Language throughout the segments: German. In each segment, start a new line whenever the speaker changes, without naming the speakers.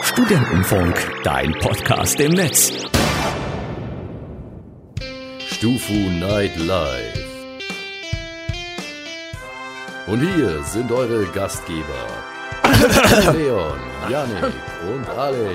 Studentenfunk, dein Podcast im Netz.
Stufu Night Live. Und hier sind eure Gastgeber. Leon, Yannick und Alex.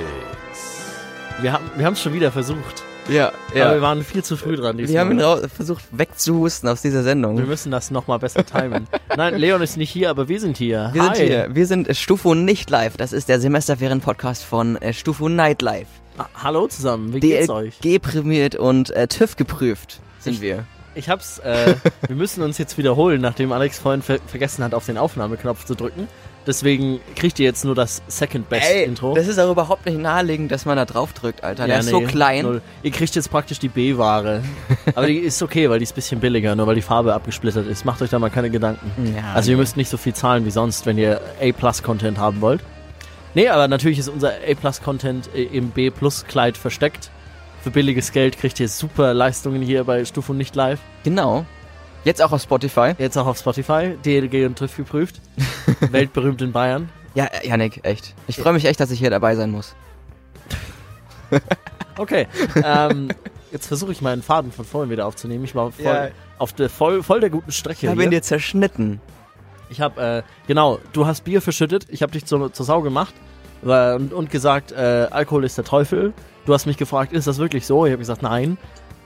Wir haben wir es schon wieder versucht.
Ja,
Aber
ja.
wir waren viel zu früh dran
Wir
diesmal.
haben ihn rau- versucht wegzuhusten aus dieser Sendung.
wir müssen das nochmal besser timen. Nein, Leon ist nicht hier, aber wir sind hier.
Wir
Hi.
sind hier. Wir sind äh, Stufu nicht live. Das ist der Semesterferien-Podcast von äh, Stufu Night Live.
Ah, hallo zusammen, wie geht's euch?
DLG-prämiert und äh, TÜV geprüft sind wir.
Ich hab's, äh, wir müssen uns jetzt wiederholen, nachdem Alex vorhin ver vergessen hat, auf den Aufnahmeknopf zu drücken. Deswegen kriegt ihr jetzt nur das Second Best Intro.
das ist auch überhaupt nicht naheliegend, dass man da drauf drückt, Alter. der ist so
nee,
klein.
null. Ihr kriegt jetzt praktisch die B-Ware. Aber die ist okay, weil die ist ein bisschen billiger, nur weil die Farbe abgesplittert ist. Macht euch da mal keine Gedanken.
Ah, Ja,
Also ihr müsst nicht so viel zahlen wie sonst, wenn ihr A-Plus-Content haben wollt. Nee, aber natürlich ist unser A-Plus-Content äh, im B-Plus-Kleid versteckt. Für billiges Geld kriegt ihr super Leistungen hier bei Stufe und nicht live.
genau. Jetzt auch auf Spotify.
Jetzt auch auf Spotify, DLG und TÜV geprüft. Weltberühmt in Bayern.
Ja, äh, Yannick, echt. Ich freue mich echt, dass ich hier dabei sein muss.
Okay, ähm, jetzt versuche ich meinen Faden von vorhin wieder aufzunehmen. Ich war voll,
Ja.
auf der, voll, voll der guten Strecke
Ich habe
hier.
ihn dir zerschnitten.
Ich habe, äh, genau, du hast Bier verschüttet, ich habe dich zur, zur Sau gemacht äh, und, und gesagt, äh, Alkohol ist der Teufel. Du hast mich gefragt, ist das wirklich so? Ich habe gesagt, nein.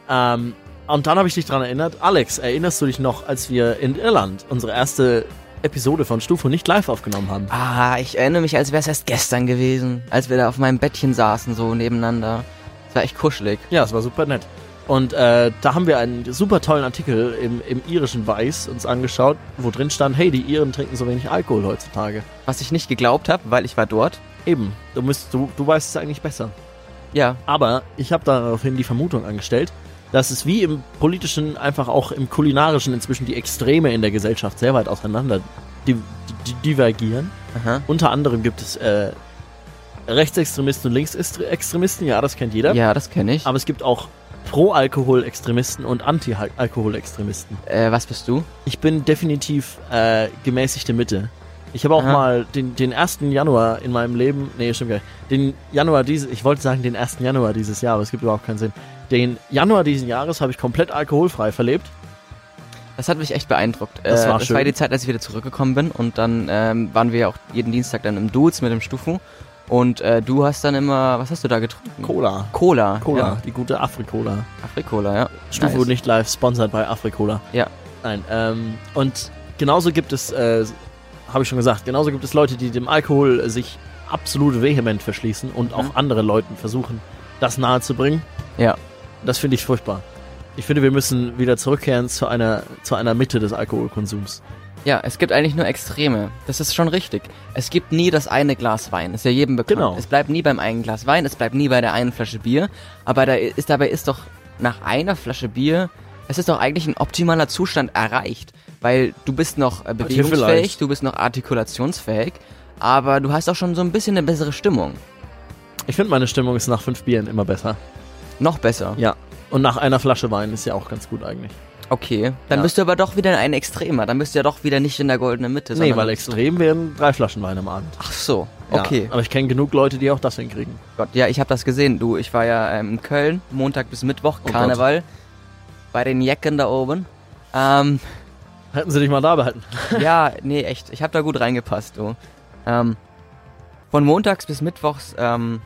Ähm, und dann habe ich dich daran erinnert, Alex, erinnerst du dich noch, als wir in Irland unsere erste Episode von Stufo nicht live aufgenommen haben?
Ah, ich erinnere mich, als wäre es erst gestern gewesen, als wir da auf meinem Bettchen saßen, so nebeneinander. Es war echt kuschelig.
Ja, es war super nett. Und äh, da haben wir einen super tollen Artikel im, im irischen Weiß uns angeschaut, wo drin stand, hey, die Iren trinken so wenig Alkohol heutzutage.
Was ich nicht geglaubt habe, weil ich war dort.
Eben, du, müsst, du, du weißt es eigentlich besser.
Ja,
Aber ich habe daraufhin die Vermutung angestellt, dass es wie im politischen, einfach auch im kulinarischen inzwischen die Extreme in der Gesellschaft sehr weit auseinander di di divergieren.
aha.
Unter anderem gibt es äh, Rechtsextremisten und Linksextremisten, ja, das kennt jeder.
Ja, das kenne ich.
Aber es gibt auch Pro-Alkohol-Extremisten und Anti-Alkohol-Extremisten.
Äh, was bist du?
Ich bin definitiv äh, gemäßigte Mitte. Ich habe auch
Aha.
mal den, den 1. Januar in meinem Leben, nee, stimmt gar nicht, den Januar dieses, ich wollte sagen den 1. Januar dieses Jahr, aber es gibt überhaupt keinen Sinn. Den Januar diesen Jahres habe ich komplett alkoholfrei verlebt.
Das hat mich echt beeindruckt.
Das
äh,
war
das
schön.
war die Zeit, als ich wieder zurückgekommen bin und dann ähm, waren wir ja auch jeden Dienstag dann im Dudes mit dem Stufu. Und äh, du hast dann immer, was hast du da getrunken?
Cola.
Cola.
Cola,
Ja.
die gute Afrikola.
Afrikola, ja.
Stufe
Nice.
nicht live, sponsert bei Afrikola.
Ja.
Nein, ähm, und genauso gibt es, äh, habe ich schon gesagt, genauso gibt es Leute, die dem Alkohol äh, sich absolut vehement verschließen und
Mhm.
auch anderen Leuten versuchen, das nahezubringen.
Ja.
Das finde ich furchtbar. Ich finde, wir müssen wieder zurückkehren zu einer, zu einer Mitte des Alkoholkonsums.
Ja, es gibt eigentlich nur Extreme. Das ist schon richtig. Es gibt nie das eine Glas Wein. Ist ja jedem bekannt.
Genau.
Es bleibt nie beim einen Glas Wein, es bleibt nie bei der einen Flasche Bier. Aber da ist, dabei ist doch nach einer Flasche Bier, es ist doch eigentlich ein optimaler Zustand erreicht. Weil du bist noch äh, bewegungsfähig,
vielleicht.
du bist noch artikulationsfähig, aber du hast auch schon so ein bisschen eine bessere Stimmung.
Ich finde, meine Stimmung ist nach fünf Bieren immer besser.
Noch besser.
Ja. Und nach einer Flasche Wein ist ja auch ganz gut eigentlich.
Okay. Dann
Ja.
bist du aber doch wieder ein Extremer. Dann bist du ja doch wieder nicht in der goldenen Mitte.
Nee,
sondern-
weil extrem wären drei Flaschen Wein am Abend.
Ach so.
Ja,
Okay.
Aber ich kenne genug Leute, die auch das hinkriegen.
Gott, ja, ich habe das gesehen. Du, ich war ja ähm, in Köln, Montag bis Mittwoch,
Oh
Karneval, bei den Jecken da oben. Ähm,
Hätten sie dich mal da behalten.
ja, nee, echt, ich habe da gut reingepasst, du. Ähm, von Montags bis Mittwochs, ähm,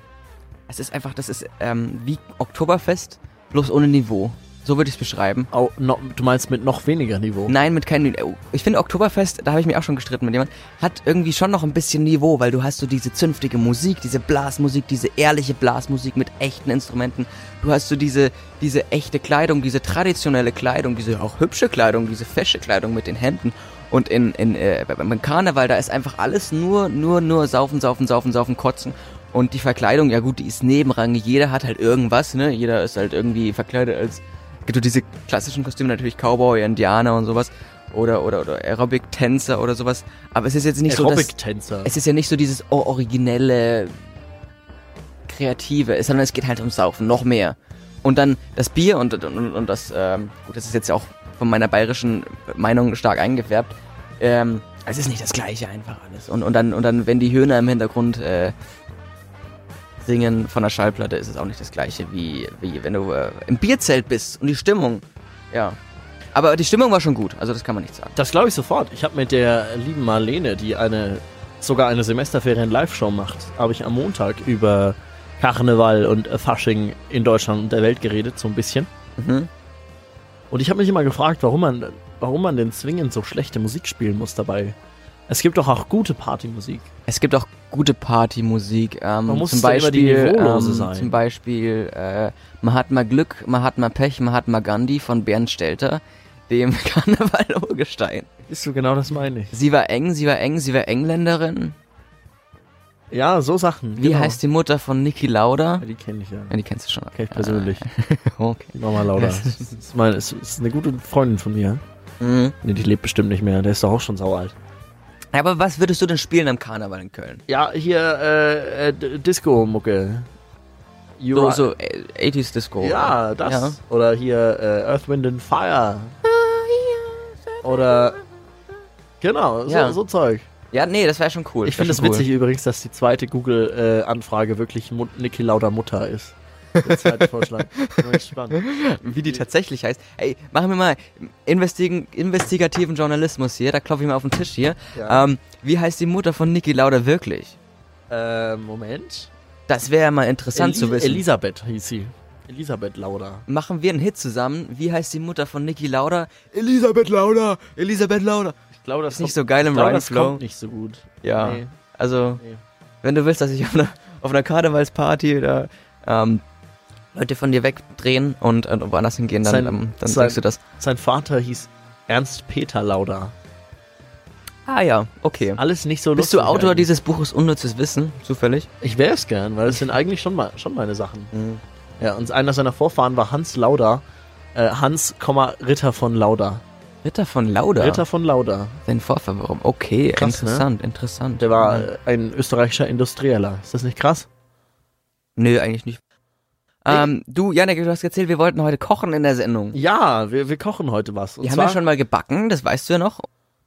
es ist einfach, das ist ähm, wie Oktoberfest, bloß ohne Niveau. So würde ich es beschreiben.
Au, no, du meinst mit noch weniger Niveau?
Nein, mit keinem. oh, Ich finde Oktoberfest, da habe ich mich auch schon gestritten mit jemand, hat irgendwie schon noch ein bisschen Niveau, weil du hast so diese zünftige Musik, diese Blasmusik, diese ehrliche Blasmusik mit echten Instrumenten. Du hast so diese diese echte Kleidung, diese traditionelle Kleidung, diese auch hübsche Kleidung, diese fesche Kleidung mit den Hemden. Und in in äh, beim Karneval da ist einfach alles nur nur nur saufen, saufen, saufen, saufen, kotzen. Und die Verkleidung, ja gut, die ist nebenrangig. Jeder hat halt irgendwas, ne? Jeder ist halt irgendwie verkleidet als gibt so diese klassischen Kostüme natürlich Cowboy, Indianer und sowas oder oder oder Aerobic Tänzer oder sowas, aber es ist jetzt nicht so dass,
Aerobic-Tänzer.
es ist ja nicht so dieses o- originelle kreative, sondern es geht halt ums Saufen noch mehr. Und dann das Bier und und, und das ähm, gut, das ist jetzt ja auch von meiner bayerischen Meinung stark eingefärbt. Ähm, es ist nicht das gleiche einfach alles. Und und dann und dann wenn die Höhner im Hintergrund äh, Ringen von der Schallplatte ist es auch nicht das gleiche, wie, wie wenn du äh, im Bierzelt bist und die Stimmung. Ja. Aber die Stimmung war schon gut, also das kann man nicht sagen.
Das glaube ich sofort. Ich habe mit der lieben Marlene, die eine sogar eine Semesterferien-Live-Show macht, habe ich am Montag über Karneval und äh, Fasching in Deutschland und der Welt geredet, so ein bisschen.
Mhm.
Und ich habe mich immer gefragt, warum man, warum man denn zwingend so schlechte Musik spielen muss dabei. Es gibt doch auch gute Partymusik.
Es gibt auch gute Partymusik. Ähm,
Man muss
zum
da immer die
Beispiel,
Niveaulose
ähm,
sein.
Zum Beispiel äh, Mahatma Glück, Mahatma Pech, Mahatma Gandhi von Bernd Stelter, dem Karneval-Urgestein.
Ist so genau das meine ich.
Sie war eng, sie war eng, sie war Engländerin.
Ja, so Sachen. genau.
Wie heißt die Mutter von Niki Lauda?
Ja, die kenne ich ja.
Ja, die kennst du schon.
Kenn ich persönlich.
Ah, okay.
Mama Lauda. Das ist, meine, ist, ist eine gute Freundin von mir.
Mhm.
Nee, die lebt bestimmt nicht mehr. Der ist doch auch schon saualt.
Aber was würdest du denn spielen am Karneval in Köln?
Ja, hier, äh, äh D- Disco-Mucke.
So,
Euro-
so äh, 80s Disco.
Ja,
oder?
das.
Ja.
Oder hier äh, Earth, Wind and Fire. Oder. Genau, so,
Ja.
so Zeug.
Ja, nee, das wäre schon cool.
Ich finde
wär
es
schon cool.
witzig übrigens, dass die zweite Google-Anfrage wirklich Mut Niki Lauda Mutter ist. Der zweite Vorschlag. Bin echt spannend.
wie
Mhm.
die tatsächlich heißt. Ey, machen wir mal investigen, investigativen Journalismus hier, da klopfe ich mal auf den Tisch hier.
Ja.
Ähm, wie heißt die Mutter von Niki Lauda wirklich?
Äh, Moment.
Das wäre ja mal Ähm. interessant
Eli-
zu wissen.
Elisabeth hieß sie. Elisabeth Lauda.
Machen wir einen Hit zusammen. Wie heißt die Mutter von Niki Lauda? Elisabeth Lauda! Elisabeth Lauda!
Ich glaube, das
Ist nicht so geil im Rhyme Flow.
nicht so gut.
Ja.
Nee.
Also,
Nee.
wenn du willst, dass ich auf einer, auf einer Karnevalsparty oder ähm, Leute von dir wegdrehen und äh, woanders hingehen, dann,
Sein-
ähm, dann
sein-
sagst du das.
Sein Vater hieß Ernst Peter Lauda.
Ah ja, okay.
Alles nicht so
Bist
lustig.
du Autor
eigentlich.
dieses Buches Unnützes Wissen, zufällig?
Ich wäre es gern, weil es sind eigentlich schon, mal, schon meine Sachen. Ja, und einer seiner Vorfahren war Hans Lauda. Äh, Hans, Komma, Ritter von Lauda.
Ritter von Lauda.
Ritter von Lauda.
Sein Vorfahr, warum? Okay,
Krass, ne?
interessant, interessant.
Der war äh, ein österreichischer Industrieller. Ist das nicht krass?
Nö, eigentlich nicht. Ähm, du, Janek, du hast erzählt, wir wollten heute kochen in der Sendung.
Ja, wir, wir kochen heute was. Und
Wir haben
zwar,
ja schon mal gebacken, das weißt du ja noch.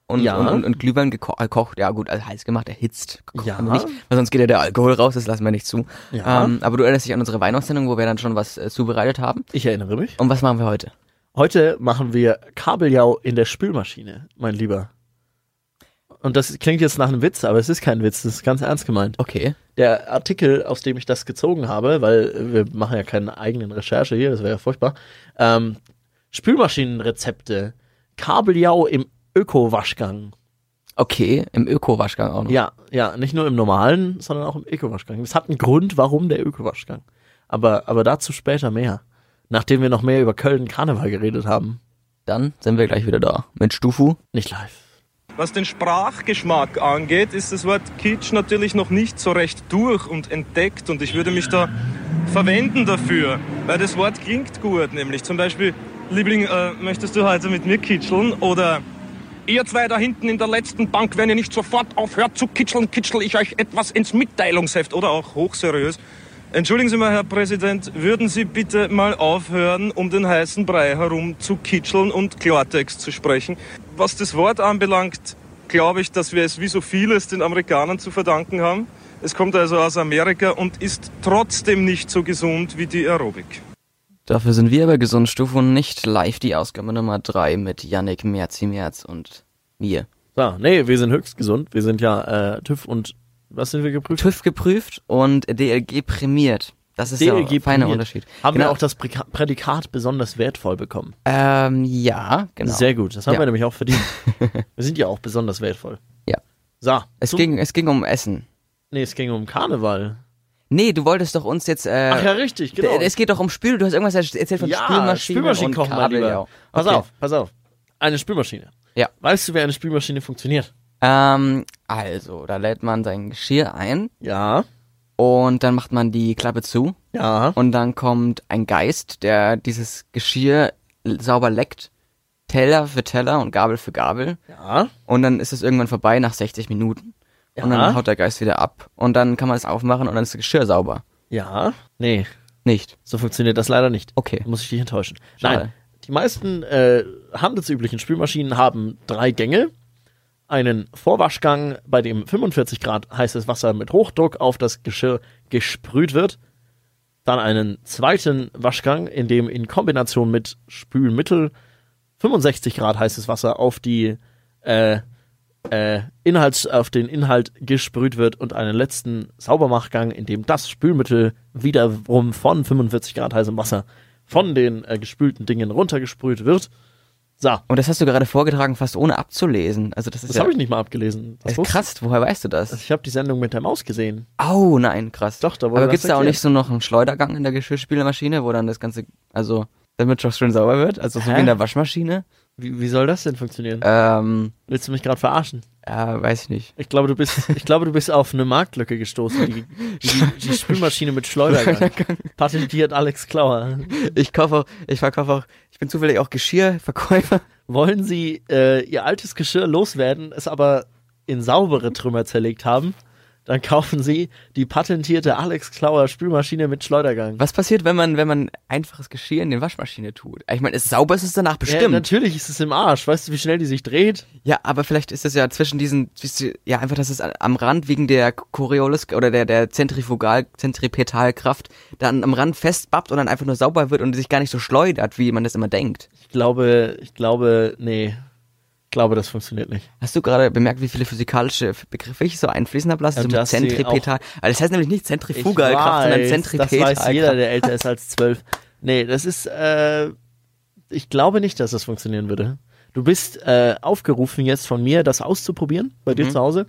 Und,
Ja.
und, und, und Glühwein geko- äh, gekocht, ja gut, also heiß gemacht, erhitzt. Gekocht
Ja.
haben wir Nicht, weil sonst geht ja der Alkohol raus, das lassen wir nicht zu.
Ja.
Ähm, aber du erinnerst dich an unsere Weihnachtssendung, wo wir dann schon was äh, zubereitet haben.
ich erinnere mich.
Und was machen wir heute?
Heute machen wir Kabeljau in der Spülmaschine, mein Lieber. Und das klingt jetzt nach einem Witz, aber es ist kein Witz, das ist ganz ernst gemeint.
Okay.
Der Artikel, aus dem ich das gezogen habe, weil äh, wir machen ja keine eigenen Recherche hier, das wäre ja furchtbar. Ähm, Spülmaschinenrezepte. Kabeljau im Öko-Waschgang.
Okay, im Öko-Waschgang auch noch.
Ja, ja, nicht nur im normalen, sondern auch im Öko-Waschgang. Das hat einen Grund, warum der Öko-Waschgang. Aber, aber dazu später mehr. Nachdem wir noch mehr über Köln Karneval geredet haben.
Dann sind wir gleich wieder da. Mit Stufu.
Nicht live.
Was den Sprachgeschmack angeht, ist das Wort Kitsch natürlich noch nicht so recht durch und entdeckt und ich würde mich da verwenden dafür, weil das Wort klingt gut, nämlich zum Beispiel, Liebling, äh, möchtest du heute mit mir kitscheln oder
Ihr zwei da hinten in der letzten Bank, wenn ihr nicht sofort aufhört zu kitscheln, kitschel ich euch etwas ins Mitteilungsheft.
oder auch hochseriös. Entschuldigen Sie mal, Herr Präsident, würden Sie bitte mal aufhören, um den heißen Brei herum zu kitscheln und Klartext zu sprechen? Was das Wort anbelangt, glaube ich, dass wir es wie so vieles den Amerikanern zu verdanken haben. Es kommt also aus Amerika und ist trotzdem nicht so gesund wie die Aerobik.
Dafür sind wir aber gesund, Stufu und nicht live die Ausgabe Nummer 3 mit Yannick Merzi Merz und mir.
So, nee, wir sind höchst gesund. Wir sind ja äh, TÜV und was sind wir geprüft?
TÜV geprüft und DLG prämiert. Das ist der feine
E prämiert.
Unterschied.
Haben
genau.
wir auch das Präka- Prädikat besonders wertvoll bekommen.
Ähm, ja, genau.
Sehr gut, das haben
Ja.
wir nämlich auch verdient. wir sind ja auch besonders wertvoll.
Ja.
So,
Es
zum-
ging, es ging um Essen.
nee, es ging um Karneval.
Nee, du wolltest doch uns jetzt. Äh,
Ach ja, richtig, genau.
Es geht doch um Spül. Du hast irgendwas erzählt von Spülmaschinen und
kochen, mein Lieber.
Kabeljau.
Pass
Okay.
auf, pass auf. Eine Spülmaschine.
Ja.
Weißt du, wie eine Spülmaschine funktioniert?
Ähm, also, da lädt man sein Geschirr ein
Ja.
und dann macht man die Klappe zu
Ja.
Und dann kommt ein Geist, der dieses Geschirr l- sauber leckt. Teller für Teller und Gabel für Gabel.
Ja.
Und dann ist es irgendwann vorbei nach 60 Minuten. Und
Ja.
dann haut der Geist wieder ab. Und dann kann man es aufmachen und dann ist das Geschirr sauber.
Ja. Nee,
Nicht.
so funktioniert das leider nicht.
Okay.
Muss ich dich enttäuschen.
Schade.
Nein, die meisten äh, handelsüblichen Spülmaschinen haben drei Gänge. einen Vorwaschgang, bei dem 45 Grad heißes Wasser mit Hochdruck auf das Geschirr gesprüht wird. Dann einen zweiten Waschgang, in dem in Kombination mit Spülmittel 65 Grad heißes Wasser auf die äh, äh, Inhalts, auf den Inhalt gesprüht wird und einen letzten Saubermachgang, in dem das Spülmittel wiederum von 45 Grad heißem Wasser von den äh, gespülten Dingen runtergesprüht wird. So,
Und das hast du gerade vorgetragen, fast ohne abzulesen. Also das ist
das
ja
habe ich nicht mal abgelesen. Das
ist
wusste
krass. Woher weißt du das?
Ich habe die Sendung mit der Maus gesehen.
Au, nein, krass.
Doch, da wurde
Aber
das
gibt's da auch
erklärt.
nicht so noch einen Schleudergang in der Geschirrspülmaschine, wo dann das Ganze, also damit es auch schön sauber wird? Also so
Hä?
wie in der Waschmaschine?
Wie, wie soll das denn funktionieren?
Ähm,
Äh, Willst du mich gerade verarschen?
äh, weiß ich nicht.
Ich glaube, du bist, ich glaube, du bist auf eine Marktlücke gestoßen. Die, die, die Spülmaschine mit Schleudergang. Patentiert Alex Klauer.
Ich kaufe auch, ich verkaufe auch, ich bin zufällig auch Geschirrverkäufer.
Wollen Sie äh, Ihr altes Geschirr loswerden, es aber in saubere Trümmer zerlegt haben? Dann kaufen Sie die patentierte Alex Klauer Spülmaschine mit Schleudergang.
Was passiert, wenn man, wenn man einfaches Geschirr in die Waschmaschine tut? Ich meine, ist sauber ist es danach
Ja,
bestimmt.
natürlich ist es im Arsch. Weißt du, wie schnell die sich dreht?
Ja, aber vielleicht ist das ja zwischen diesen, ja einfach, dass es am Rand wegen der Coriolis oder der, der Zentrifugal, Zentripetalkraft dann am Rand festbappt und dann einfach nur sauber wird und sich gar nicht so schleudert, wie man das immer denkt.
Ich glaube, ich glaube, nee. Ich glaube, das funktioniert nicht.
Hast du gerade bemerkt, wie viele physikalische Begriffe ich so einfließen habe lassen?
Ja,
so
und
mit
dass sie
Zentripetal. Also das heißt nämlich nicht
Ich
Zentrifugalkraft, sondern
Das weiß jeder,
Zentripetalkraft.
der älter ist als zwölf. Nee, das ist, äh, ich glaube nicht, dass das funktionieren würde. Du bist äh, aufgerufen jetzt von mir, das auszuprobieren bei dir zu Hause.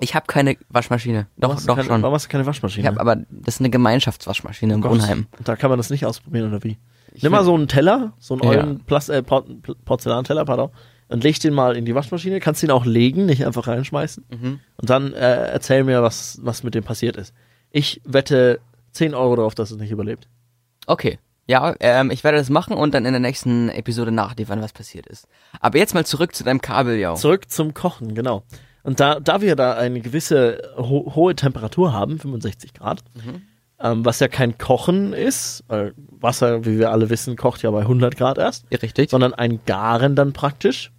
Ich habe keine Waschmaschine. Doch,
Machst du
doch
keine,
schon.
Warum hast du keine
Ich
Waschmaschine? Oh
habe aber, das ist eine Gemeinschaftswaschmaschine im Wohnheim.
Da kann man das nicht ausprobieren, oder wie? Nimm mal so einen Teller, so einen
Ja.
ollen Plas- äh, Por Por- Porzellanteller, pardon, und leg den mal in die Waschmaschine. Kannst ihn auch legen, nicht einfach reinschmeißen. Und dann äh, erzähl mir, was, was mit dem passiert ist. Ich wette 10 Euro darauf, dass es nicht überlebt.
Okay. Ja, ähm, ich werde das machen und dann in der nächsten Episode nachliefern, was passiert ist. Aber jetzt mal zurück zu deinem Kabeljau.
Zurück zum Kochen, genau. Und da, da wir da eine gewisse ho hohe Temperatur haben, 65 Grad, ähm, was ja kein Kochen ist, weil Wasser, wie wir alle wissen, kocht ja bei 100 Grad erst.
Richtig.
sondern ein Garen dann praktisch,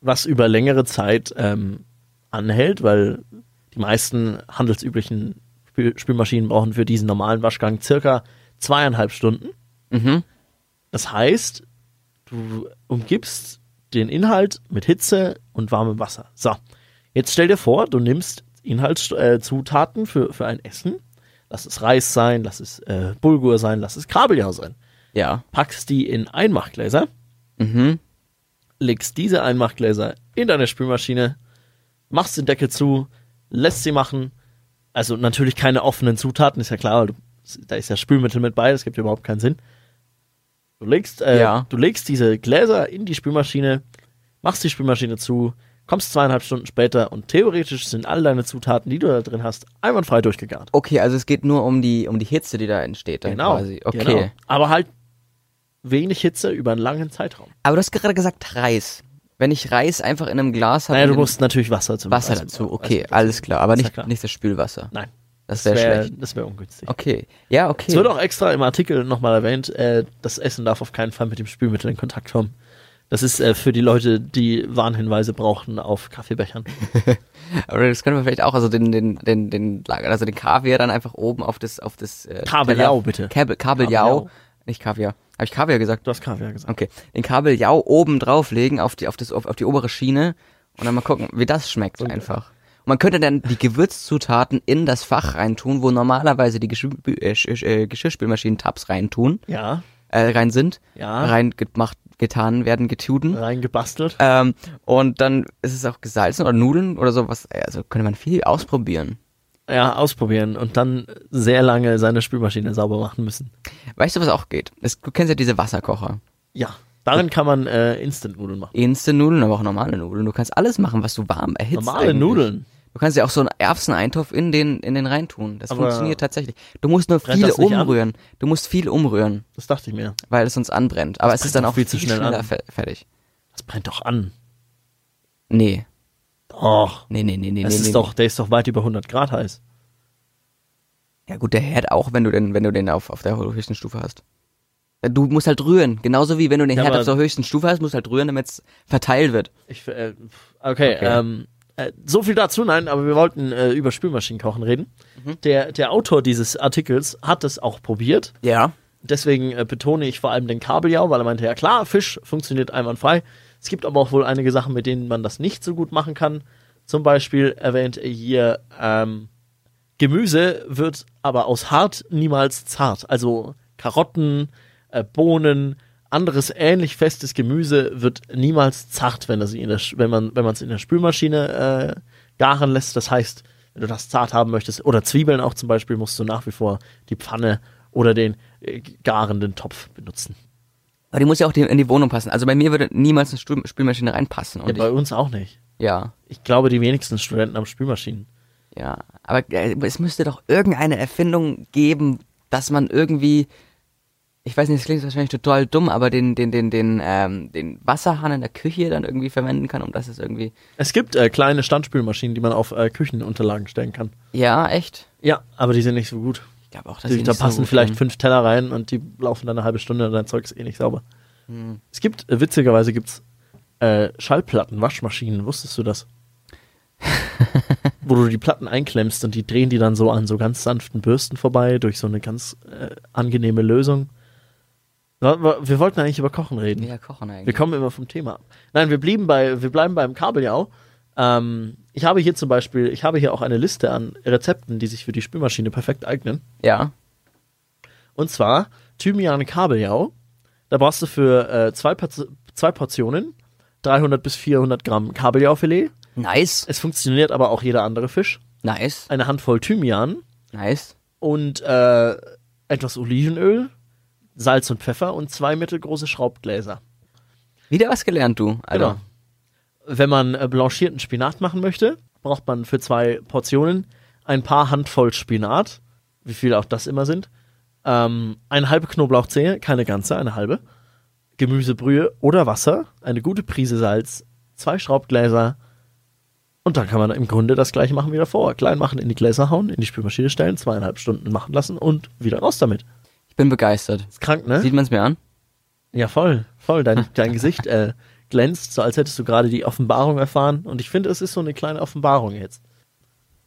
was über längere Zeit ähm, anhält, weil die meisten handelsüblichen Spül Spülmaschinen brauchen für diesen normalen Waschgang circa zweieinhalb Stunden.
Mhm.
Das heißt, du umgibst den Inhalt mit Hitze und warmem Wasser. So, jetzt stell dir vor, du nimmst Inhaltszutaten äh, Zutaten für, für ein Essen. Lass es Reis sein, lass es äh, Bulgur sein, lass es Kabeljau sein
Ja.
packst die in Einmachgläser,
Mhm.
legst diese Einmachgläser in deine Spülmaschine, machst den Deckel zu, lässt sie machen. Also natürlich keine offenen Zutaten, ist ja klar, weil du, da ist ja Spülmittel mit bei, das gibt überhaupt keinen Sinn. Du legst, äh,
Ja.
du legst diese Gläser in die Spülmaschine, machst die Spülmaschine zu, kommst zweieinhalb Stunden später und theoretisch sind all deine Zutaten, die du da drin hast, einwandfrei durchgegart.
Okay, also es geht nur um die, um die Hitze, die da entsteht dann quasi. Okay.
genau. Aber halt wenig Hitze über einen langen Zeitraum.
Aber du hast gerade gesagt Reis. Wenn ich Reis einfach in einem Glas habe,
Naja, du
in einem
musst natürlich Wasser zum
Wasser
also-
dazu.
also-
Okay, alles klar. Aber
Ist ja
nicht,
klar.
nicht das Spülwasser.
Nein,
Das
das
wäre wär
wäre
schlecht.
das wär ungünstig.
Okay. Ja, okay.
Es wird auch extra im Artikel nochmal erwähnt, äh, das Essen darf auf keinen Fall mit dem Spülmittel in Kontakt kommen. Das ist äh, für die Leute, die Warnhinweise brauchen auf Kaffeebechern.
Aber das können wir vielleicht auch, also den, den, den, den, Lager- also den Kaviar dann einfach oben auf das, auf das, äh,
Kabeljau,
Teller-
bitte.
Kabel, Kabeljau.
Kabeljau.
Nicht Kaviar. Habe ich Kaviar gesagt?
Du hast Kaviar gesagt.
Okay. Den Kabeljau oben drauflegen auf die, auf das, auf, auf die obere Schiene und dann mal gucken, wie das schmeckt einfach. Und man könnte dann die Gewürzzutaten in das Fach reintun, wo normalerweise die Geschirr, äh, Sch- äh, Geschirrspülmaschinen-Tabs reintun,
Ja,
äh, rein sind,
Ja.
rein gemacht, getan werden, getuden.
reingebastelt.
Ähm, und dann ist es auch gesalzen oder Nudeln oder sowas. Also könnte man viel ausprobieren.
Ja, ausprobieren und dann sehr lange seine Spülmaschine sauber machen müssen.
Weißt du, was auch geht? Es, du kennst ja diese Wasserkocher.
Ja, darin kann man äh, Instant-Nudeln machen.
Instant-Nudeln, aber auch normale Nudeln. Du kannst alles machen, was du warm erhitzt.
Normale
eigentlich.
Nudeln?
Du kannst ja auch so einen Erbseneintopf in den, in den reintun. Das
Aber
funktioniert tatsächlich. Du musst nur
brennt
viel
das nicht an?
umrühren. Du musst viel umrühren,
Das dachte ich mir.
weil es sonst anbrennt. Aber
Das
es ist
brennt
dann
doch
auch viel zu schnell
an.
schneller fe- fertig.
Das brennt doch an.
Nee.
Doch.
Nee, nee, nee, nee,
Das
nee.
ist
nee.
doch, der ist doch weit über 100 Grad heiß.
Ja gut, der Herd auch, wenn du den, wenn du den auf, auf der höchsten Stufe hast. Du musst halt rühren. Genauso wie wenn du den
Ja,
Herd
aber-
auf der höchsten Stufe hast, musst du halt rühren, damit es verteilt wird.
Ich, äh, pf, okay, Ähm, äh, so viel dazu, nein, aber wir wollten äh, über Spülmaschinenkochen reden. Der, der Autor dieses Artikels hat es auch probiert.
Ja.
Deswegen äh, betone ich vor allem den Kabeljau, weil er meinte, ja klar, Fisch funktioniert einwandfrei. Es gibt aber auch wohl einige Sachen, mit denen man das nicht so gut machen kann. Zum Beispiel erwähnt er hier, ähm, Gemüse wird aber aus hart niemals zart. Also Karotten, äh, Bohnen, anderes ähnlich festes Gemüse wird niemals zart, wenn, das in der, Sch- wenn man wenn man es in der Spülmaschine äh, garen lässt. Das heißt, wenn du das zart haben möchtest, oder Zwiebeln auch zum Beispiel, musst du nach wie vor die Pfanne oder den äh, garenden Topf benutzen.
Aber die muss ja auch die- in die Wohnung passen. Also bei mir würde niemals eine Stuhl- Spülmaschine reinpassen.
Ja,
Und
bei
ich,
uns auch nicht.
ja,
Ich glaube, die wenigsten Studenten haben Spülmaschinen.
ja. Aber äh, es müsste doch irgendeine Erfindung geben, dass man irgendwie, ich weiß nicht, das klingt wahrscheinlich total dumm, aber den, den, den, den, ähm, den Wasserhahn in der Küche dann irgendwie verwenden kann, um das es irgendwie.
Es gibt äh, kleine Standspülmaschinen, die man auf äh, Küchenunterlagen stellen kann.
Ja, echt.
Ja, aber die sind nicht so gut.
Ich glaube auch, dass
Die,
die
da
nicht so
passen
gut
vielleicht
können.
fünf Teller rein und die laufen dann eine halbe Stunde und dein Zeug ist eh nicht sauber.
Hm.
Es gibt, äh, witzigerweise gibt's äh, Schallplatten, Waschmaschinen, wusstest du das? Wo du die Platten einklemmst und die drehen die dann so an so ganz sanften Bürsten vorbei durch so eine ganz äh, angenehme Lösung. Wa- wa- Wir wollten eigentlich über Kochen reden.
Ja, kochen eigentlich.
Wir kommen immer vom Thema ab. Nein, wir blieben bei, wir bleiben beim Kabeljau. Ähm, ich habe hier zum Beispiel, ich habe hier auch eine Liste an Rezepten, die sich für die Spülmaschine perfekt eignen.
Ja.
Und zwar Thymian Kabeljau. Da brauchst du für äh, zwei, Porz- zwei Portionen 300 bis 400 Gramm Kabeljaufilet.
Nice.
Es funktioniert aber auch jeder andere Fisch.
Nice.
Eine Handvoll Thymian
Nice.
und äh, etwas Olivenöl, Salz und Pfeffer und zwei mittelgroße Schraubgläser.
Wieder was gelernt, du. Alter.
Genau. Wenn man äh, blanchierten Spinat machen möchte, braucht man für zwei Portionen ein paar Handvoll Spinat, wie viel auch das immer sind, ähm, eine halbe Knoblauchzehe, keine ganze, eine halbe, Gemüsebrühe oder Wasser, eine gute Prise Salz, zwei Schraubgläser und dann kann man im Grunde das gleiche machen wie davor. Klein machen, in die Gläser hauen, in die Spülmaschine stellen, zweieinhalb Stunden machen lassen und wieder raus damit.
Ich bin begeistert.
Ist krank, ne?
Sieht man es mir an?
Ja, voll, voll. Dein, dein Gesicht äh, glänzt, so als hättest du gerade die Offenbarung erfahren. Und ich finde, es ist so eine kleine Offenbarung jetzt.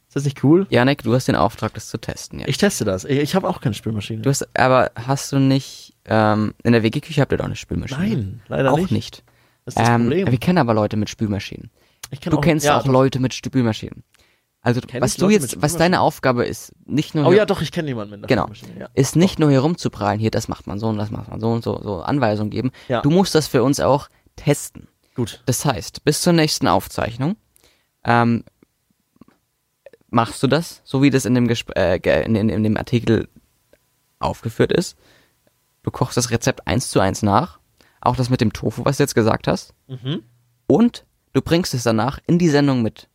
Ist das nicht cool?
Janek, du hast den Auftrag, das zu testen. Ja.
Ich teste das. Ich, ich habe auch keine Spülmaschine.
du hast, aber hast du nicht, ähm, in der WG-Küche habt ihr doch eine Spülmaschine?
Nein, leider
auch
nicht.
nicht.
Das ist das
ähm,
Problem.
Wir kennen aber Leute mit Spülmaschinen.
Ich kenn
du kennst
ja,
auch Leute mit Spülmaschinen. Also,
Kenn
was
ich
du
Leute
jetzt,
mit
was deine Aufgabe ist, nicht nur,
Oh
hier-
ja, doch, ich kenne jemanden mit einer
genau,
Spülmaschine. Ja.
ist nicht nur hier rumzuprallen, hier, das macht man so und das macht man so und so, so Anweisungen geben.
Ja.
Du musst das für uns auch testen.
Gut.
Das heißt, bis zur nächsten Aufzeichnung ähm, machst du das, so wie das in dem, Gesp äh, ge- in, in, in dem Artikel aufgeführt ist. Du kochst das Rezept eins zu eins nach, auch das mit dem Tofu, was du jetzt gesagt hast.
Mhm.
Und du bringst es danach in die Sendung mit.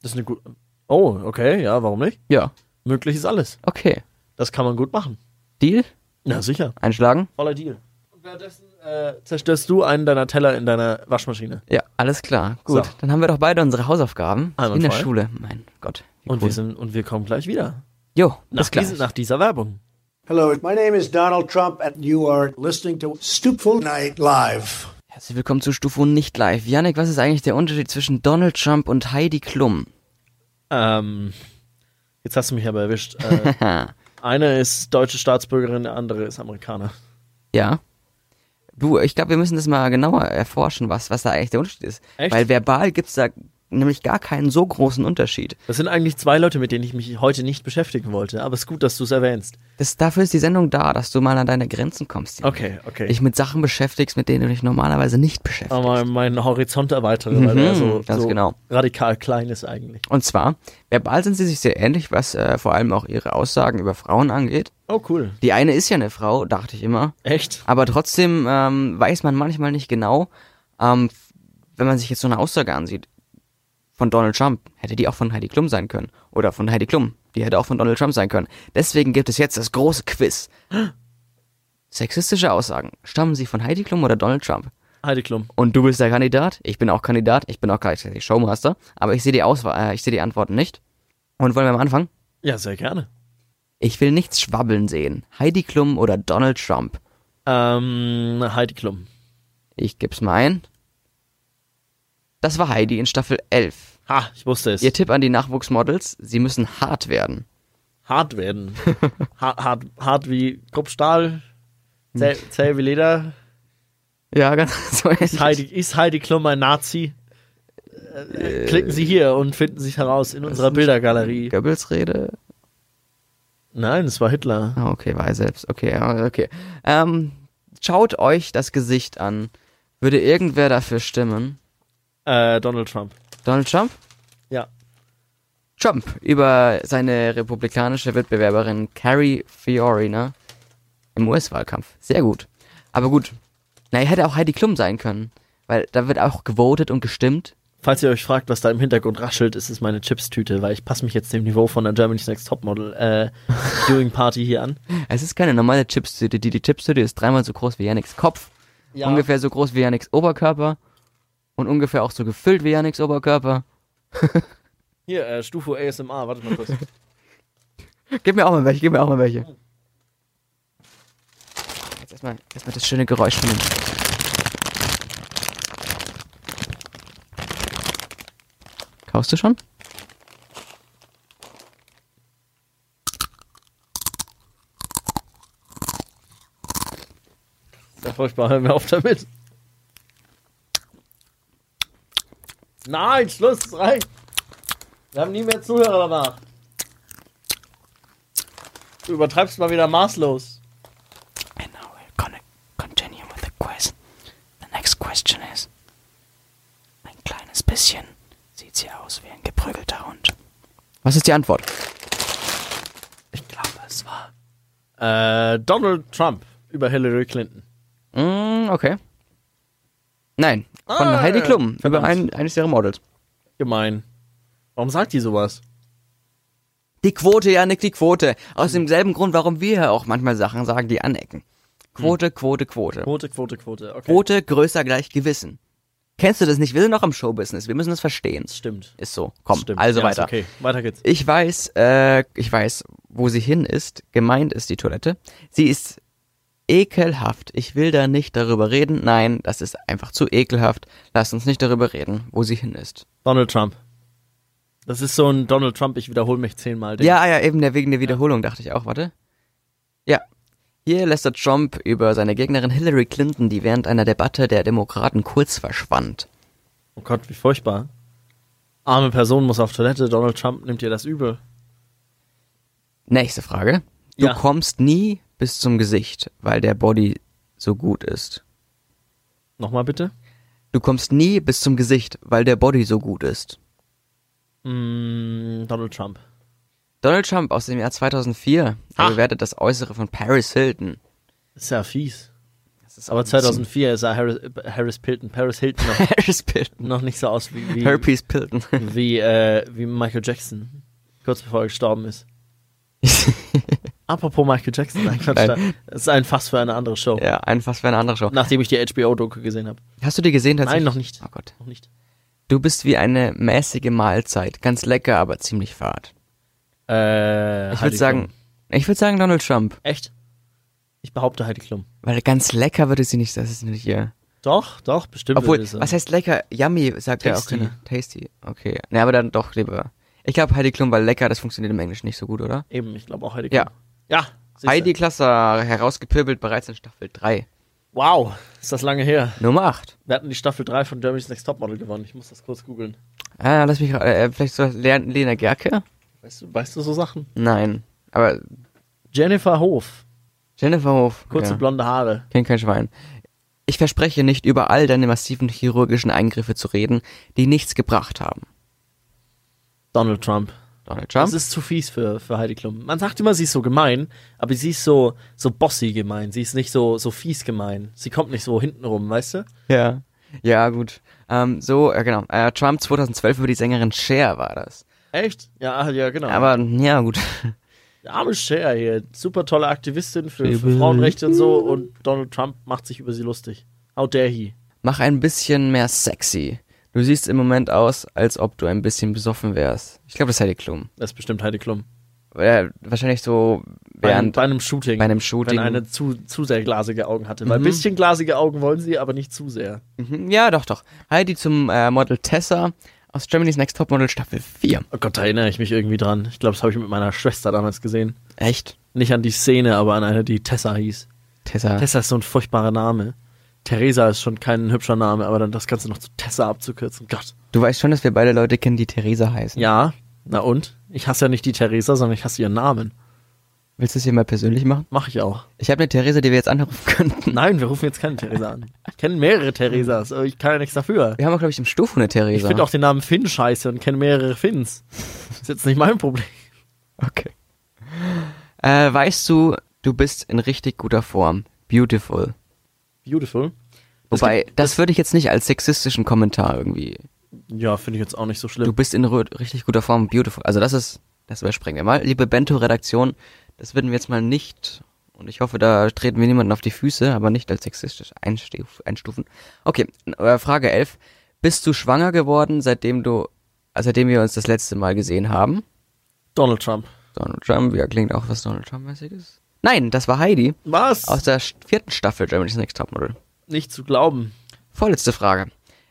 Das ist eine gute. Oh, okay, ja, warum nicht?
Ja.
Möglich ist alles.
Okay.
Das kann man gut machen.
Deal?
Na sicher.
Einschlagen?
Voller Deal. Und währenddessen äh, zerstörst du einen deiner Teller in deiner Waschmaschine.
Ja, alles klar. Gut.
So.
Dann haben wir doch beide unsere Hausaufgaben. Wie in der
Einwandfrei.
Schule. Mein Gott. wie
Und,
cool.
wir sind, und wir kommen gleich wieder.
Jo,
Nach,
bis gleich.
diese, nach dieser Werbung.
Hello, my name is Donald Trump, and you are listening to Stupeful Night Live.
Herzlich willkommen zu Stufe nicht live. Janik, was ist eigentlich der Unterschied zwischen Donald Trump und Heidi Klum?
Ähm, jetzt hast du mich aber erwischt. Äh, eine ist deutsche Staatsbürgerin, der andere ist Amerikaner.
Ja. Du, ich glaube, wir müssen das mal genauer erforschen, was, was da eigentlich der Unterschied ist.
Echt?
Weil verbal gibt's da nämlich gar keinen so großen Unterschied.
Das sind eigentlich zwei Leute, mit denen ich mich heute nicht beschäftigen wollte, aber es ist gut, dass du es erwähnst.
Das, dafür ist die Sendung da, dass du mal an deine Grenzen kommst. Janik.
Okay, okay.
Dich mit Sachen beschäftigst, mit denen du dich normalerweise nicht beschäftigst.
aber meinen Horizont erweitere, weil der so,
ganz
so
genau.
radikal klein ist eigentlich.
Und zwar, verbal sind sie sich sehr ähnlich, was äh, vor allem auch ihre Aussagen über Frauen angeht.
Oh, cool.
Die eine ist ja eine Frau, dachte ich immer.
Echt?
Aber trotzdem ähm, weiß man manchmal nicht genau, ähm, wenn man sich jetzt so eine Aussage ansieht von Donald Trump, hätte die auch von Heidi Klum sein können. Oder von Heidi Klum, die hätte auch von Donald Trump sein können. Deswegen gibt es jetzt das große Quiz. Sexistische Aussagen. Stammen sie von Heidi Klum oder Donald Trump?
Heidi Klum.
Und du bist der Kandidat, ich bin auch Kandidat, ich bin auch gleichzeitig Showmaster, aber ich sehe die, Auswahl, äh, ich sehe die Antworten nicht. Und wollen wir mal anfangen?
Ja, sehr gerne.
Ich will nichts schwabbeln sehen. Heidi Klum oder Donald Trump?
Ähm, Heidi Klum.
Ich geb's mal ein. Das war Heidi in Staffel 11.
Ha, ich wusste es.
Ihr Tipp an die Nachwuchsmodels, sie müssen hart werden.
Hart werden. ha hart, hart wie Kruppstahl, zäh, zäh wie Leder.
Ja, ganz so ähnlich.
Ist Heidi, ist Heidi Klum ein Nazi? Äh, Klicken Sie hier und finden sich heraus in unserer Bildergalerie.
Goebbels Rede.
Nein, es war Hitler.
Ah, okay, war er selbst. Okay, ja, okay. Ähm, schaut euch das Gesicht an. Würde irgendwer dafür stimmen?
Äh, Donald Trump.
Donald Trump?
Ja.
Trump über seine republikanische Wettbewerberin Carrie Fiorina im US-Wahlkampf. Sehr gut. Aber gut. Na, hätte auch Heidi Klum sein können. Weil da wird auch gewotet und gestimmt.
Falls ihr euch fragt, was da im Hintergrund raschelt, ist es meine Chips-Tüte, weil ich passe mich jetzt dem Niveau von der Germany's Next Topmodel äh, Doing Party hier an.
Es ist keine normale Chipstüte. Die, die Chipstüte ist dreimal so groß wie Yannicks Kopf, ungefähr so groß wie Yannicks Oberkörper und ungefähr auch so gefüllt wie Yannicks Oberkörper.
Hier, äh, Stufu ASMR, wartet mal kurz.
Gib mir auch mal welche, gib mir auch mal welche. Jetzt erstmal, erstmal das schöne Geräusch von dem. Kaust du schon?
Sehr furchtbar, hören wir auf damit. Nein, Schluss, es reicht. Wir haben nie mehr Zuhörer danach. Du übertreibst mal wieder maßlos.
And now we're gonna continue with the quiz. The next question is: Ein kleines bisschen sieht sie aus wie ein geprügelter Hund. Was ist die Antwort? Ich glaube, es war.
Äh, Donald Trump über Hillary Clinton.
Mm, okay. Nein, von
Ah,
Heidi Klum über
verdammt.
ein, eines ihrer Models.
Gemein. Warum sagt die sowas?
Die Quote, Janik, die Quote. Aus demselben Grund, warum wir ja auch manchmal Sachen sagen, die anecken.
Hm.
Quote, Quote, Quote.
Quote, Quote, Quote. Okay.
Quote größer gleich Gewissen. Kennst du das nicht? Wir sind noch im Showbusiness. Wir müssen das verstehen.
Stimmt.
Ist so. Komm,
Stimmt.
also
Ja, ist
weiter.
Okay, weiter geht's.
Ich weiß, äh, ich weiß, wo sie hin ist. Gemeint ist die Toilette. Sie ist ekelhaft. Ich will da nicht darüber reden. Nein, das ist einfach zu ekelhaft. Lass uns nicht darüber reden, wo sie hin ist.
Donald Trump. Das ist so ein Donald Trump, ich wiederhole mich zehnmal. Ding.
Ja, ah ja, eben der wegen der Wiederholung, dachte ich auch, warte. Ja. Hier lässt der Trump über seine Gegnerin Hillary Clinton, die während einer Debatte der Demokraten kurz verschwand.
Oh Gott, wie furchtbar. Arme Person muss auf Toilette, Donald Trump nimmt ihr das übel.
Nächste Frage. Du
Ja.
kommst nie bis zum Gesicht, weil der Body so gut ist.
Nochmal bitte.
Du kommst nie bis zum Gesicht, weil der Body so gut ist.
Mm, Donald Trump.
Donald Trump aus dem Jahr 2004
Ah.
er bewertet das Äußere von Paris Hilton.
Ist ja fies.
Das ist
Aber
auch ein bisschen-
2004 sah Harris, Harris Pilton, Paris Hilton noch,
Paris Hilton.
noch nicht so aus wie, wie,
Herpes Hilton.
wie, äh, wie Michael Jackson. Kurz bevor er gestorben ist. Apropos Michael Jackson, nein, Quatsch,
Nein.
das ist ein Fass für eine andere Show.
ja, einfach für eine andere Show.
Nachdem ich die HBO-Doku gesehen habe.
Hast du die gesehen?
Nein,
tatsächlich?
noch nicht.
Oh Gott.
Noch nicht.
Du bist wie eine mäßige Mahlzeit, ganz lecker, aber ziemlich fad.
Äh,
Ich
Heidi
würde sagen,
Klum.
ich würde sagen Donald Trump,
Echt? Ich behaupte Heidi Klum.
weil ganz lecker würde sie nicht, das ist nicht ihr.
Doch, doch, bestimmt.
Obwohl,
würde ich sagen.
was heißt lecker? Yummy sagt ja auch
Tasty.
keiner. Tasty. Okay. Na, aber dann doch lieber. Ich glaube Heidi Klum war lecker, das funktioniert im Englischen nicht so gut, oder?
Eben, ich glaube auch Heidi
Ja.
Klum. Ja. siehste.
Heidi Klasser herausgepöbelt bereits in Staffel 3.
Wow, ist das lange her.
Nummer 8.
Wir hatten die Staffel 3 von Germany's Next Topmodel gewonnen. Ich muss das kurz googeln.
Ah, lass mich ra- äh, vielleicht so Len- Lena Gerke?
Weißt du, weißt du so Sachen?
Nein, aber
Jennifer Hof,
Jennifer Hof.
kurze blonde Haare.
Kennt kein Schwein. Ich verspreche nicht, über all deine massiven chirurgischen Eingriffe zu reden, die nichts gebracht haben.
Donald Trump.
Donald
Das
Trump?
ist zu fies für, für Heidi Klum. Man sagt immer, sie ist so gemein, aber sie ist so, so bossy gemein. Sie ist nicht so, so fies gemein. Sie kommt nicht so hinten rum, weißt du?
ja. Ja, gut. Ähm, so, ja, genau. Äh, Trump 2012 über die Sängerin Cher war das.
Echt? Ja, ah, ja genau.
Aber, ja, gut.
Arme Cher hier. Super tolle Aktivistin für, für Frauenrechte und so. Und Donald Trump macht sich über sie lustig. How dare he?
Mach ein bisschen mehr sexy. Du siehst im Moment aus, als ob du ein bisschen besoffen wärst. Ich glaube, das ist Heidi Klum.
Das ist bestimmt Heidi Klum.
Äh, wahrscheinlich so
Bei, einem,
während
bei einem Shooting. Mhm.
bei einem Shooting.
Wenn eine zu, zu sehr glasige Augen hatte. Weil ein bisschen glasige Augen wollen sie, aber nicht zu sehr.
Mhm, Ja, doch, doch. Heidi zum äh, Model Tessa aus Germany's Next Topmodel Staffel 4.
Oh Gott, da erinnere ich mich irgendwie dran. Ich glaube, das habe ich mit meiner Schwester damals gesehen.
Echt?
Nicht an die Szene, aber an eine, die Tessa hieß.
Tessa.
Tessa ist so ein furchtbarer Name. Theresa ist schon kein hübscher Name, aber dann das Ganze noch zu Tessa abzukürzen. Gott.
Du weißt schon, dass wir beide Leute kennen, die Theresa heißen.
Ja, na und? Ich hasse ja nicht die Theresa, sondern ich hasse ihren Namen.
Willst du es hier mal persönlich machen?
Mache ich auch.
Ich habe eine Theresa, die wir jetzt anrufen könnten.
Nein, wir rufen jetzt keine Theresa an. Ich kenne mehrere Theresas, aber ich kann ja nichts dafür.
Wir haben auch, glaube ich, im Stufu eine Theresa.
Ich finde auch den Namen Finn scheiße und kenne mehrere Finns. Ist jetzt nicht mein Problem.
Okay. Äh, weißt du, du bist in richtig guter Form. Beautiful.
Beautiful.
Wobei, das würde ich jetzt nicht als sexistischen Kommentar irgendwie.
Ja, finde ich jetzt auch nicht so
Du
schlimm.
bist in rö- richtig guter Form, beautiful. Also das ist, das überspringen wir mal. Liebe Bento-Redaktion, das würden wir jetzt mal nicht, und ich hoffe, da treten wir niemanden auf die Füße, aber nicht als sexistisch einstuf, einstufen. Okay, äh, Frage 11. Bist du schwanger geworden, seitdem du, äh, seitdem wir uns das letzte Mal gesehen haben?
Donald Trump.
Donald Trump, ja, klingt auch was Donald Trump-mäßig ist. Nein, das war Heidi.
Was?
Aus der st- vierten Staffel Germany's Next Topmodel.
nicht zu glauben.
Vorletzte Frage.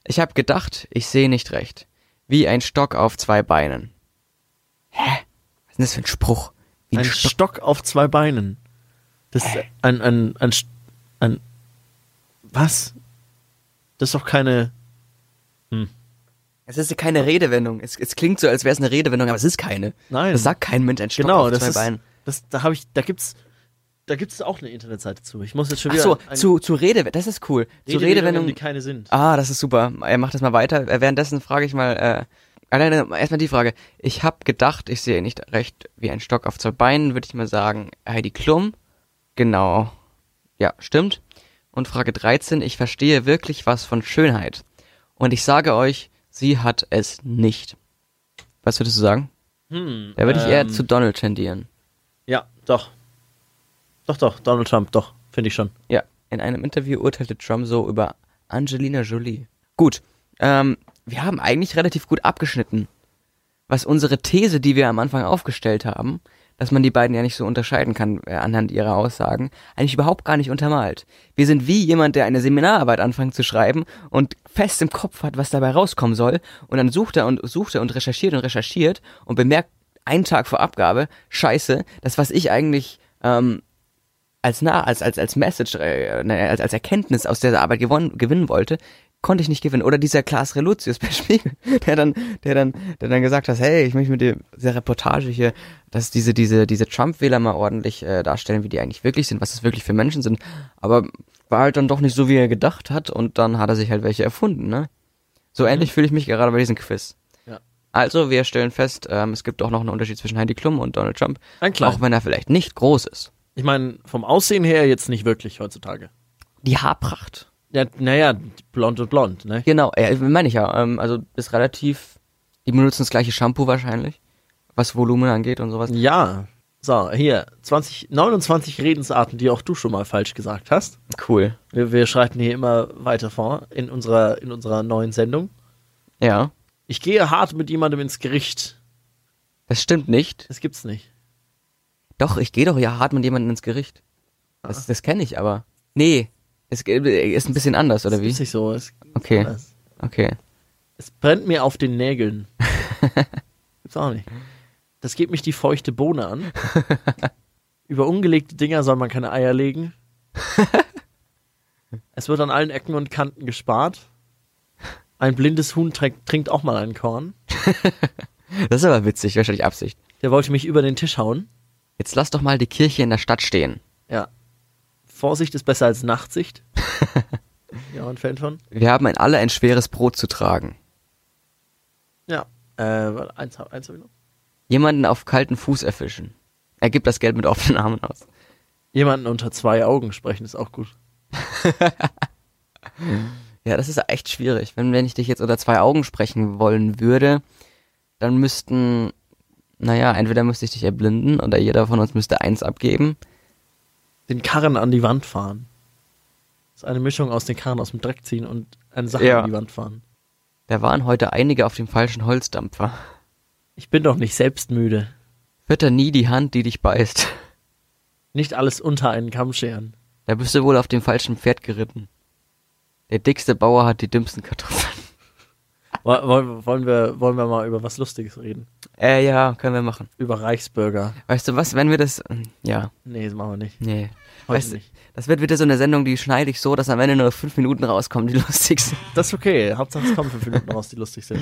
Ich habe gedacht, ich sehe nicht recht. Wie ein Stock auf zwei Beinen. Hä? Was ist denn das für ein Spruch? Wie
Ein
Stock-
Stock auf zwei Beinen. Das ist ein, ein, ein, St- ein, was? Das ist doch keine,
Es ist keine Redewendung. Es, es klingt so, als wäre es eine Redewendung, aber es ist keine.
Nein.
Das sagt kein Mensch, ein Stock
genau,
auf
das
zwei
ist,
Beinen.
das, da habe ich, da gibt's, da gibt's auch eine Internetseite zu. Ich muss jetzt schon
Ach
wieder.
so,
ein-
zu, zu Redewendung, das ist cool. zu Redewendung,
die keine sind.
Ah, das ist super. Er macht das mal weiter. Äh, Währenddessen frage ich mal, äh, alleine erstmal die Frage. Ich habe gedacht, ich sehe nicht recht wie ein Stock auf zwei Beinen, würde ich mal sagen. Heidi Klum. Genau. Ja, stimmt. Und Frage 13. Ich verstehe wirklich was von Schönheit. Und ich sage euch, sie hat es nicht. Was würdest du sagen?
Hm,
Da würde ich eher
ähm,
zu Donald tendieren.
Ja, doch. Doch, doch, Donald Trump, doch, finde ich schon.
Ja, in einem Interview urteilte Trump so über Angelina Jolie. Gut, ähm, wir haben eigentlich relativ gut abgeschnitten, was unsere These, die wir am Anfang aufgestellt haben, dass man die beiden ja nicht so unterscheiden kann äh, anhand ihrer Aussagen, eigentlich überhaupt gar nicht untermalt. Wir sind wie jemand, der eine Seminararbeit anfängt zu schreiben und fest im Kopf hat, was dabei rauskommen soll, und dann sucht er und sucht er und recherchiert und recherchiert und bemerkt einen Tag vor Abgabe, scheiße, das, was ich eigentlich ähm, als na als als als Message äh, ne, als als Erkenntnis aus dieser Arbeit gewonnen, gewinnen wollte, konnte ich nicht gewinnen oder dieser Klaas Reluzius bei Spiegel, der dann der dann der dann gesagt hat, hey, ich möchte mit dir- dieser Reportage hier, dass diese diese diese Trump Wähler mal ordentlich äh, darstellen, wie die eigentlich wirklich sind, was das wirklich für Menschen sind, aber war halt dann doch nicht so, wie er gedacht hat und dann hat er sich halt welche erfunden, ne? So ähnlich fühle ich mich gerade bei diesem Quiz.
Mhm. Ja.
Also, wir stellen fest, ähm, es gibt auch noch einen Unterschied zwischen Heidi Klum und Donald Trump.
Ein kleiner.
Auch wenn er vielleicht nicht groß ist.
Ich meine, vom Aussehen her jetzt nicht wirklich heutzutage.
Die Haarpracht
Ja, naja, blond und blond, ne?
Genau, ja, meine ich ja. Ähm, also ist relativ. Die benutzen das gleiche Shampoo wahrscheinlich, was Volumen angeht und sowas.
Ja. So, hier, 20, 29 Redensarten, die auch du schon mal falsch gesagt hast.
Cool.
Wir, wir schreiten hier immer weiter vor in unserer, in unserer neuen Sendung.
Ja.
Ich gehe hart mit jemandem ins Gericht.
Das stimmt nicht.
Das gibt's nicht.
Doch, ich gehe doch ja hart mit jemandem ins Gericht. Das, das kenne ich aber. Nee, es ge- ist ein bisschen anders, oder
Das
wie?
gibt's nicht so. Es,
Okay.
anders.
Okay.
es brennt mir auf den Nägeln. gibt's auch nicht. Das geht mich die feuchte Bohne an. Über ungelegte Dinger soll man keine Eier legen. es wird an allen Ecken und Kanten gespart. Ein blindes Huhn trinkt, trinkt auch mal einen Korn.
Das ist aber witzig, wahrscheinlich Absicht.
Der wollte mich über den Tisch hauen.
Jetzt lass doch mal die Kirche in der Stadt stehen.
Ja. Vorsicht ist besser als Nachtsicht. ja, ein Fan von.
Wir haben ein, alle ein schweres Brot zu tragen.
Ja. Äh, warte, eins, hab- eins hab ich noch.
Jemanden auf kalten Fuß erfischen. Er gibt das Geld mit offenen Armen aus.
Jemanden unter zwei Augen sprechen ist auch gut.
Ja, das ist echt schwierig. Wenn, wenn ich dich jetzt unter zwei Augen sprechen wollen würde, dann müssten, naja, entweder müsste ich dich erblinden oder jeder von uns müsste eins abgeben.
Den Karren an die Wand fahren. Das ist eine Mischung aus den Karren aus dem Dreck ziehen und eine Sache
Ja.
an die Wand fahren.
Da waren heute einige auf dem falschen Holzdampfer.
Ich bin doch nicht selbst müde.
Hört nie die Hand, die dich beißt.
Nicht alles unter einen Kamm scheren.
Da bist du wohl auf dem falschen Pferd geritten. Der dickste Bauer hat die dümmsten Kartoffeln.
Wo- Wollen, wollen, wir, wollen wir mal über was Lustiges reden?
Äh, ja, können wir machen.
Über Reichsbürger.
Weißt du was, wenn wir das. hm, Ja,
Nee, das machen wir nicht.
nee.
Heute
Weißt, du,
nicht.
das wird wieder so eine Sendung, die schneide ich so, dass am Ende nur fünf Minuten rauskommen, die lustig sind.
Das ist okay. Hauptsache es kommen fünf Minuten raus, die lustig sind.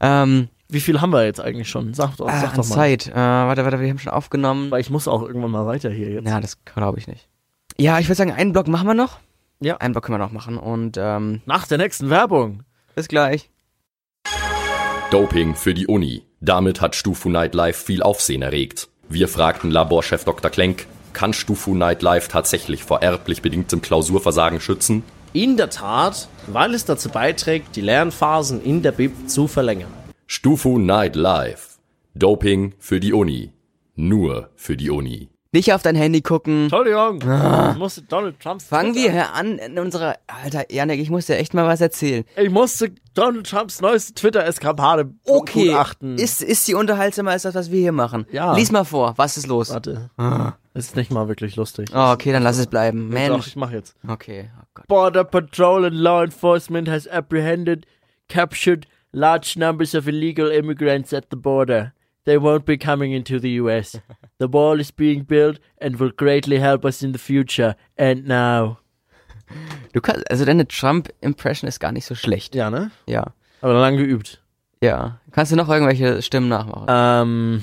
Ähm,
Wie viel haben wir jetzt eigentlich schon? Sag, doch-
ah,
sag
an
doch mal.
Zeit. Äh, warte, warte, wir haben schon aufgenommen.
Weil ich muss auch irgendwann mal weiter hier jetzt.
Ja, das glaube ich nicht. Ja, ich würde sagen, einen Block machen wir noch.
Ja.
Einen Block können wir noch machen und ähm,
Nach der nächsten Werbung.
bis gleich.
Doping für die Uni. Damit hat Stufu Nightlife viel Aufsehen erregt. Wir fragten Laborchef Dr. Klenk, kann Stufu Nightlife tatsächlich vor erblich bedingtem Klausurversagen schützen?
In der Tat, weil es dazu beiträgt, die Lernphasen in der Bib zu verlängern.
Stufu Nightlife. Doping für die Uni. Nur für die Uni.
Nicht auf dein Handy gucken.
Entschuldigung.
Ah.
Ich musste Donald Trumps
Fangen wir hier an in unserer. Alter, Janek, ich muss dir echt mal was erzählen.
Ich musste Donald Trumps neueste Twitter-Eskapade
Okay.
begutachten.
Ist, ist die unterhaltsamer als das, was wir hier machen?
Ja.
Lies mal vor, was ist los? Ah.
Warte. Ist nicht mal wirklich lustig.
Oh, okay, dann lass es bleiben.
Doch,
Mensch.
ich mach jetzt.
Okay. Oh Gott.
Border Patrol and law enforcement has apprehended, captured large numbers of illegal immigrants at the border. They won't be coming into the US. The wall is being built and will greatly help us in the future and now.
Du kannst, also deine Trump-Impression ist gar nicht so schlecht.
Ja, ne?
Ja.
Aber lang geübt.
Ja. Kannst du noch irgendwelche Stimmen nachmachen?
Ähm,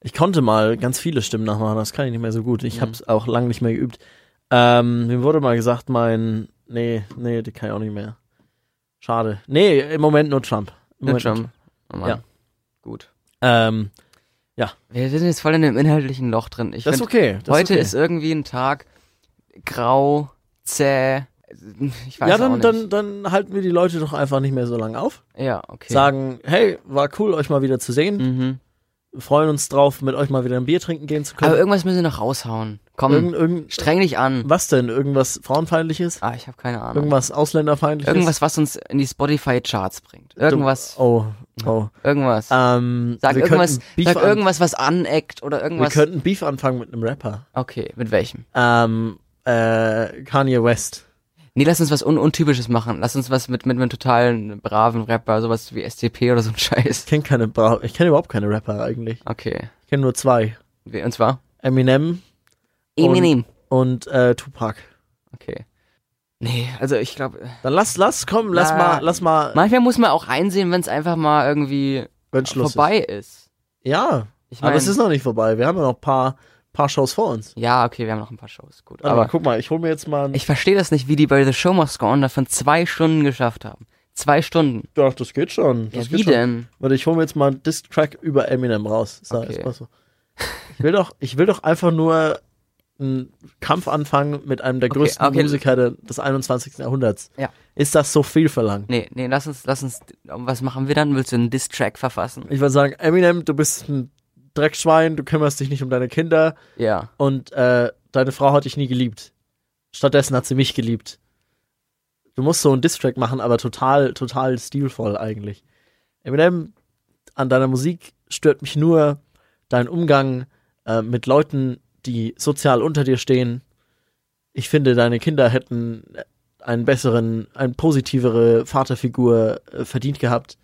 ich konnte mal ganz viele Stimmen nachmachen, das kann ich nicht mehr so gut. Ich
Mhm.
hab's auch lang nicht mehr geübt. Ähm, mir wurde mal gesagt, mein. Nee, nee, die kann ich auch nicht mehr. Schade. Nee, im Moment nur Trump. Im
Nur
Moment
Trump. Oh Mann.
Ja.
Gut.
Ähm,
Wir sind jetzt voll in einem inhaltlichen Loch drin. Ich
das ist
find-
okay. Das
Heute
okay.
ist irgendwie ein Tag grau, zäh. Ich weiß
ja,
auch
dann,
nicht.
dann, dann halten wir die Leute doch einfach nicht mehr so lange auf.
ja, okay.
Sagen, hey, war cool, euch mal wieder zu sehen.
Mhm.
Wir freuen uns drauf, mit euch mal wieder ein Bier trinken gehen zu
Aber
können.
irgendwas müssen wir noch raushauen. Komm,
Irgend, irgend,
streng dich an.
was denn? Irgendwas Frauenfeindliches?
Ah, ich habe keine Ahnung. Irgendwas,
Irgendwas Ausländerfeindliches?
was uns in die Spotify-Charts bringt. Irgendwas,
Oh, oh.
irgendwas.
Ähm,
sag
wir
irgendwas,
könnten Beef
sag
an-
irgendwas, was aneckt oder
Wir
irgendwas.
könnten Beef anfangen mit einem Rapper.
okay, mit welchem?
Ähm, äh, Kanye West.
Nee, lass uns was un Untypisches machen. Lass uns was mit, mit einem totalen braven Rapper, sowas wie STP oder so ein Scheiß.
Ich kenne keine, Bra- ich kenne überhaupt keine Rapper eigentlich.
Okay.
Ich kenne nur zwei.
Wie- Und zwar?
Eminem
Eminem.
und äh, Tupac.
Okay. Nee, also ich glaube,
Dann lass, lass, komm, lass
Na,
mal, lass mal,
Manchmal muss man auch einsehen, wenn es einfach mal irgendwie
wenn Schluss ist.
vorbei ist.
Ja,
Ich
aber
mein-
es ist noch nicht vorbei. Wir haben ja noch ein paar, paar Shows vor uns.
Ja, okay, wir haben noch ein paar Shows. Gut.
Aber
Aber
guck mal, ich hole mir jetzt mal ein.
ich verstehe das nicht, wie die bei The Show Must Go On davon zwei Stunden geschafft haben. Zwei Stunden.
Doch, das geht schon. Das
ja,
geht
wie
schon.
denn?
Warte, ich hole mir jetzt mal einen Diss-Track über Eminem raus. So,
Okay.
jetzt mal so. Ich will doch, ich will doch einfach nur einen Kampf anfangen mit einem der
Okay,
größten
okay.
Musiker de- des 21. Jahrhunderts.
Ja.
Ist das so viel verlangt?
Nee, nee, lass uns, lass uns, um, was machen wir dann? Willst du einen Diss-Track verfassen?
Ich würde sagen, Eminem, du bist ein Dreckschwein, du kümmerst dich nicht um deine Kinder
Ja.
und äh, deine Frau hat dich nie geliebt. Stattdessen hat sie mich geliebt. Du musst so einen Diss-Track machen, aber total, total stilvoll eigentlich. Eminem, an deiner Musik stört mich nur dein Umgang äh, mit Leuten, die sozial unter dir stehen. Ich finde, deine Kinder hätten einen besseren, eine positivere Vaterfigur äh, verdient gehabt.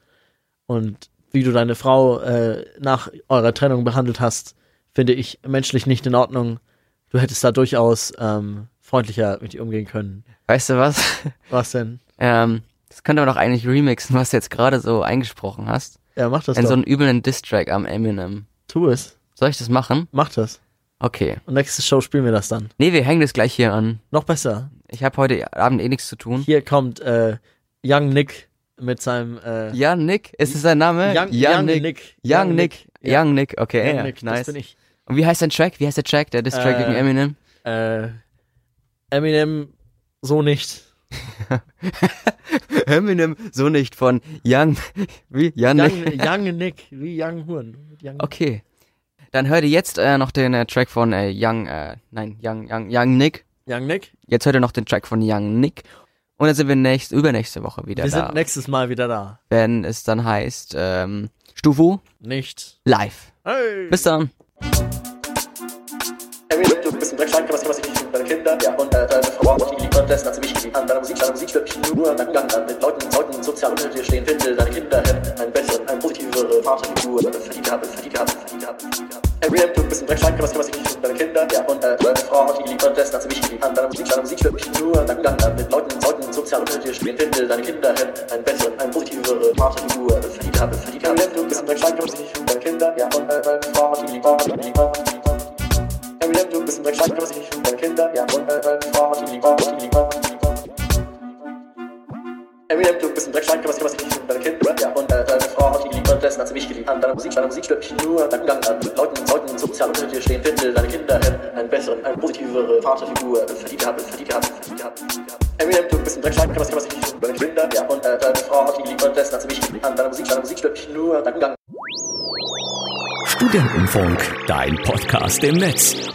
Und wie du deine Frau äh, nach eurer Trennung behandelt hast, finde ich menschlich nicht in Ordnung. Du hättest da durchaus ähm, freundlicher mit ihr umgehen können.
Weißt du was?
Was denn?
ähm, das könnte man doch eigentlich remixen, was du jetzt gerade so eingesprochen hast.
Ja, mach das
In
doch.
so einen üblen Diss-Track am Eminem.
Tu es.
Soll ich das machen?
Mach das.
Okay.
Und nächste Show spielen wir das dann.
Nee, wir hängen das gleich hier an.
Noch besser.
Ich habe heute Abend eh nichts zu tun.
Hier kommt äh, Young Nick mit seinem äh,
Yannick, ist das sein Name?
Young, Young
Yannick.
Nick.
Young Nick.
Ja.
Young Nick, okay.
Young
ja,
Nick,
nice.
das bin ich.
Und wie heißt dein Track? Wie heißt der Track? Der Diss-Track
Äh,
gegen Eminem?
Äh, Eminem, so nicht.
Eminem, so nicht von Young, wie?
Young,
Yannick.
Young Nick, wie Young Huren. Young
Okay. Dann hört ihr jetzt äh, noch den äh, Track von äh, Young, äh, nein, Young, Young, Young Nick.
Young Nick.
Jetzt hört ihr noch den Track von Young Nick. Und dann sind wir nächst, übernächste Woche wieder
Wir
da.
sind nächstes Mal wieder da.
wenn es dann heißt, ähm, Stufu
Nicht.
live.
Hey.
Bis dann.
bisschen Dreckschein kümmert sich was ich nicht um deine Kinder. Ja, und äh, deine Frau hat mich geliebt und dessen hat sie mich geliebt. An deiner Musik, deiner Musik wird mich nur dein Umgang an mit Leuten, Leuten sozial unter dir stehen. Finde deine Kinder hätten einen besseren, eine positivere Vaterfigur. Verdient gehabt, verdient gehabt, verdient gehabt, verdient gehabt. Every Rap, du bist ein Dreckschein kümmert sich was ich nicht um deine Kinder. Ja, und äh, deine Frau hat mich geliebt und dessen hat sie mich geliebt. An deiner Musik, deiner Musik wird mich nur dein Umgang an äh, mit Leuten, Leuten sozial unter dir stehen. Finde deine Kinder hätten einen besseren, eine positivere Vaterfigur. Verdient gehabt, verdient gehabt. Every Rap, du bist ein Dreckschein kümmert sich nicht um deine Kinder. Ja, und äh, deine Frau hat mich geliebt und dessen hat sie mich geliebt. Every Lab, du bist ein Dreckschlag, kümmert sich nicht um deine Kinder. Ja, und äh, deine Frau hat dich lieb, hat dich lieb, hat dich lieb. Every Lab, du bist ein Dreckschlag, kümmert sich kümmert sich nicht um deine Kinder. Ja, und äh, deine Frau hat dich lieb und dessen hat sie mich geliebt. An deiner Musik, deiner Musik stört mich nur dein Umgang an mit Leuten, sollten sozial unter dir stehen. Finde deine Kinder hätten einen besseren, eine positivere Vaterfigur. Verdient gehabt, verdient gehabt, verdient gehabt, verdient gehabt. Every Lab, du bist ein Dreckschlag, kümmert sich kümmert sich nicht um deine Kinder. Ja, und äh, deine Frau hat dich lieb und dessen hat sie mich geliebt. An deiner Musik, deiner Musik stört mich nur dein Umgang
Studentenfunk, dein Podcast im Netz.